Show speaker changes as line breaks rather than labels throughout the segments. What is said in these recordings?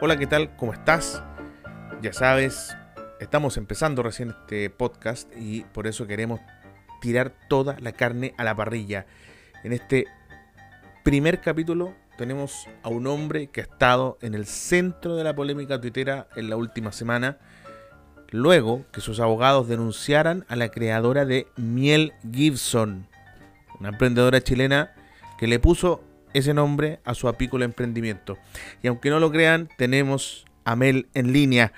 Hola, ¿qué tal? ¿Cómo estás? Ya sabes, estamos empezando recién este podcast y por eso queremos tirar toda la carne a la parrilla. En este primer capítulo tenemos a un hombre que ha estado en el centro de la polémica tuitera en la última semana, luego que sus abogados denunciaran a la creadora de Miel Gibson, una emprendedora chilena que le puso ese nombre a su apícola emprendimiento. Y aunque no lo crean, tenemos a Mel en línea.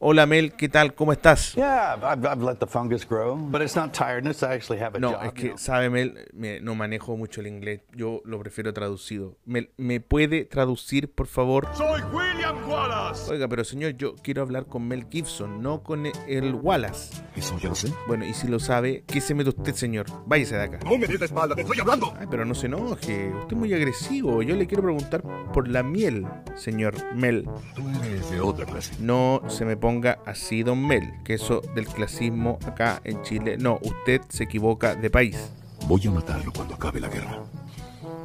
Hola Mel, ¿qué tal? ¿Cómo estás?
Yeah, I've, I've let the fungus grow, but it's not tiredness. I actually have a
No,
job.
es
you
que,
know.
sabe Mel, me- no manejo mucho el inglés, yo lo prefiero traducido. Mel, ¿me puede traducir, por favor?
Soy William Wallace.
Oiga, pero señor, yo quiero hablar con Mel Gibson, no con e- el Wallace.
Eso yo lo sé.
Bueno, y si lo sabe, ¿qué se mete usted, señor? Váyase de acá.
No me des la espalda, te estoy hablando.
Ay, pero no se enoje, usted es muy agresivo. Yo le quiero preguntar por la miel, señor Mel.
Tú eres de otra clase.
No se me ponga así, don Mel, que eso del clasismo acá en Chile. No, usted se equivoca de país.
Voy a matarlo cuando acabe la guerra.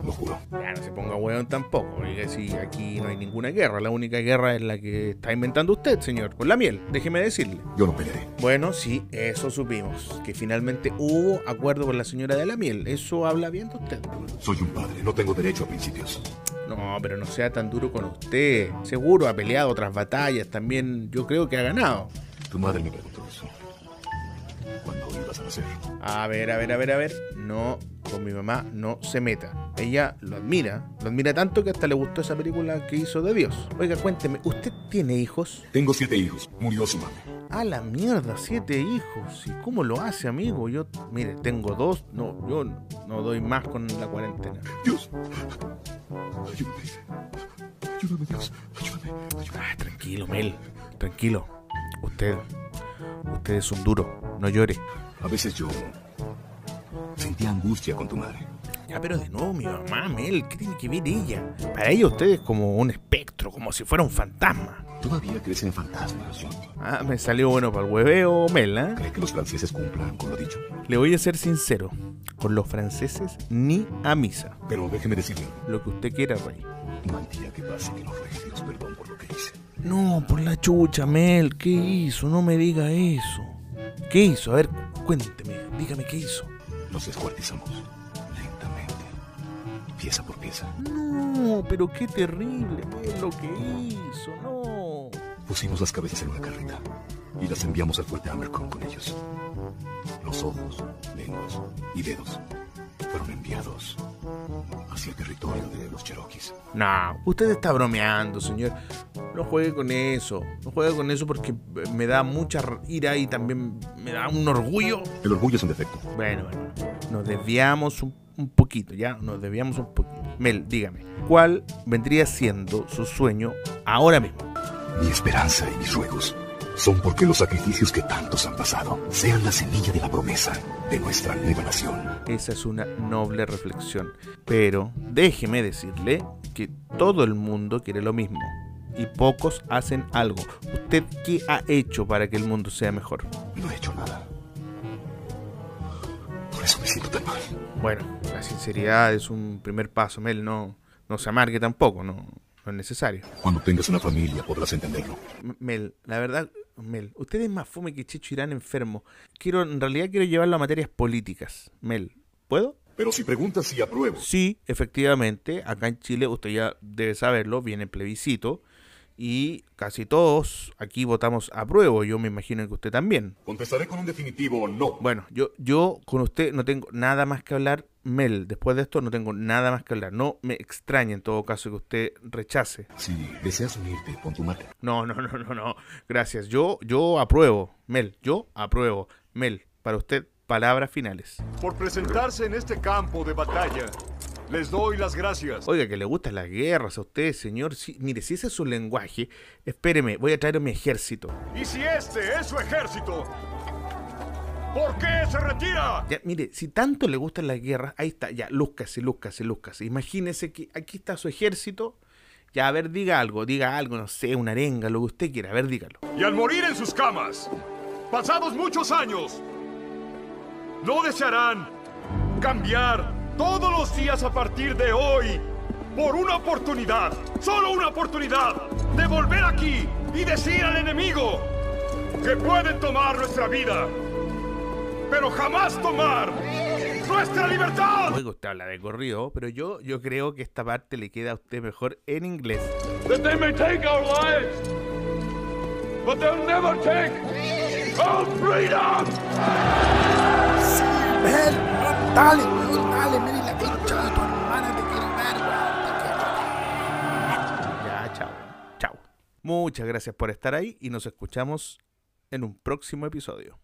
Lo juro.
Ya, no se ponga hueón tampoco, porque si aquí no hay ninguna guerra, la única guerra es la que está inventando usted, señor, con la miel, déjeme decirle.
Yo no pelearé.
Bueno, sí, eso supimos, que finalmente hubo acuerdo con la señora de la miel, eso habla bien de usted.
Soy un padre. No tengo derecho a principios.
No, pero no sea tan duro con usted, seguro ha peleado otras batallas, también yo creo que ha ganado.
Tu madre me preguntó eso. ¿Cuándo ibas a nacer?
A ver, a ver, a ver, a ver. No, con mi mamá no se meta. Ella lo admira. Lo admira tanto que hasta le gustó esa película que hizo de Dios. Oiga, cuénteme, ¿usted tiene hijos?
Tengo siete hijos. Murió su madre.
A la mierda, siete hijos. ¿Y cómo lo hace, amigo? Yo, mire, tengo dos. No, yo no doy más con la cuarentena.
Dios. Ayúdame. Ayúdame, Dios. Ayúdame. Ayúdame.
Ah, tranquilo, Mel. Tranquilo. Usted, usted es un duro. No llore.
A veces yo sentía angustia con tu madre.
Ya, pero de nuevo, mi mamá, Mel, ¿qué tiene que ver ella? Para ella usted es como un espectro, como si fuera un fantasma.
Todavía crecen fantasmas, John.
Ah, me salió bueno para el hueveo, Mel, ¿eh?
¿Cree que los franceses cumplan con lo dicho?
Le voy a ser sincero, con los franceses ni a misa.
Pero déjeme decirle,
Lo que usted quiera, rey.
no hay día que pase que no ruegue Dios perdón por lo que hice.
No, por la chucha, Mel, ¿qué hizo? No me diga eso. ¿Qué hizo? A ver, cuénteme, dígame qué hizo.
Los descuartizamos lentamente, pieza por pieza.
No, pero qué terrible, Mel, lo que hizo, no.
Pusimos las cabezas en una carreta y las enviamos al fuerte Amercón con ellos. Los ojos, lenguas y dedos fueron enviados hacia el territorio de los Cherokees.
No, usted está bromeando, señor. No juegue con eso. No juegue con eso porque me da mucha ira y también me da un orgullo
El orgullo es un defecto.
Bueno, bueno, nos desviamos un, un poquito, ya, nos desviamos un poquito. Mel, dígame, ¿cuál vendría siendo su sueño ahora mismo?
Mi esperanza y mis ruegos son porque los sacrificios que tantos han pasado sean la semilla de la promesa de nuestra nueva nación.
Esa es una noble reflexión, pero déjeme decirle que todo el mundo quiere lo mismo y pocos hacen algo. ¿Usted qué ha hecho para que el mundo sea mejor?
No he hecho nada. Por eso me siento tan mal.
Bueno, la sinceridad es un primer paso, Mel, no, no se amargue tampoco, no, no es necesario.
Cuando tengas una familia podrás entenderlo.
M- Mel, la verdad, Mel, usted es más fome que Checho Irán enfermo. Quiero, en realidad quiero llevarlo a materias políticas. Mel, ¿puedo?
Pero si preguntas si apruebo,
Sí, efectivamente, acá en Chile, usted ya debe saberlo, viene plebiscito. Y casi todos aquí votamos a prueba, yo me imagino que usted también.
contestaré con un definitivo o no.
Bueno, yo, yo con usted no tengo nada más que hablar, Mel. Después de esto no tengo nada más que hablar. No me extraña en todo caso que usted rechace.
Si deseas unirte con tu madre,
No, no, no, no, no. Gracias. Yo, yo apruebo, Mel. Yo apruebo, Mel. Para usted, palabras finales.
Por presentarse en este campo de batalla, les doy las gracias.
Oiga, que le gustan las guerras a usted, señor. Sí, mire, si ese es su lenguaje, espéreme, voy a traer a mi ejército.
Y si este es su ejército, ¿por qué se retira?
Ya, mire, si tanto le gustan las guerras, ahí está, ya, lúzcase, lúzcase, lúzcase. Imagínese que aquí está su ejército. Ya, a ver, diga algo, diga algo, no sé, una arenga, lo que usted quiera, a ver, dígalo.
Y al morir en sus camas, pasados muchos años, no desearán cambiar todos los días a partir de hoy por una oportunidad, solo una oportunidad, de volver aquí y decir al enemigo que pueden tomar nuestra vida, pero jamás tomar nuestra libertad.
Luego usted habla de corrido, pero yo, yo creo que esta parte le queda a usted mejor en inglés.
That they may take our lives, but they'll never take our freedom.
Ven, dale, weón, dale, mire la pincha de tu hermana, te quiero ver, weón, te quiero ver.
Ya, chao. Chao. Muchas gracias por estar ahí y nos escuchamos en un próximo episodio.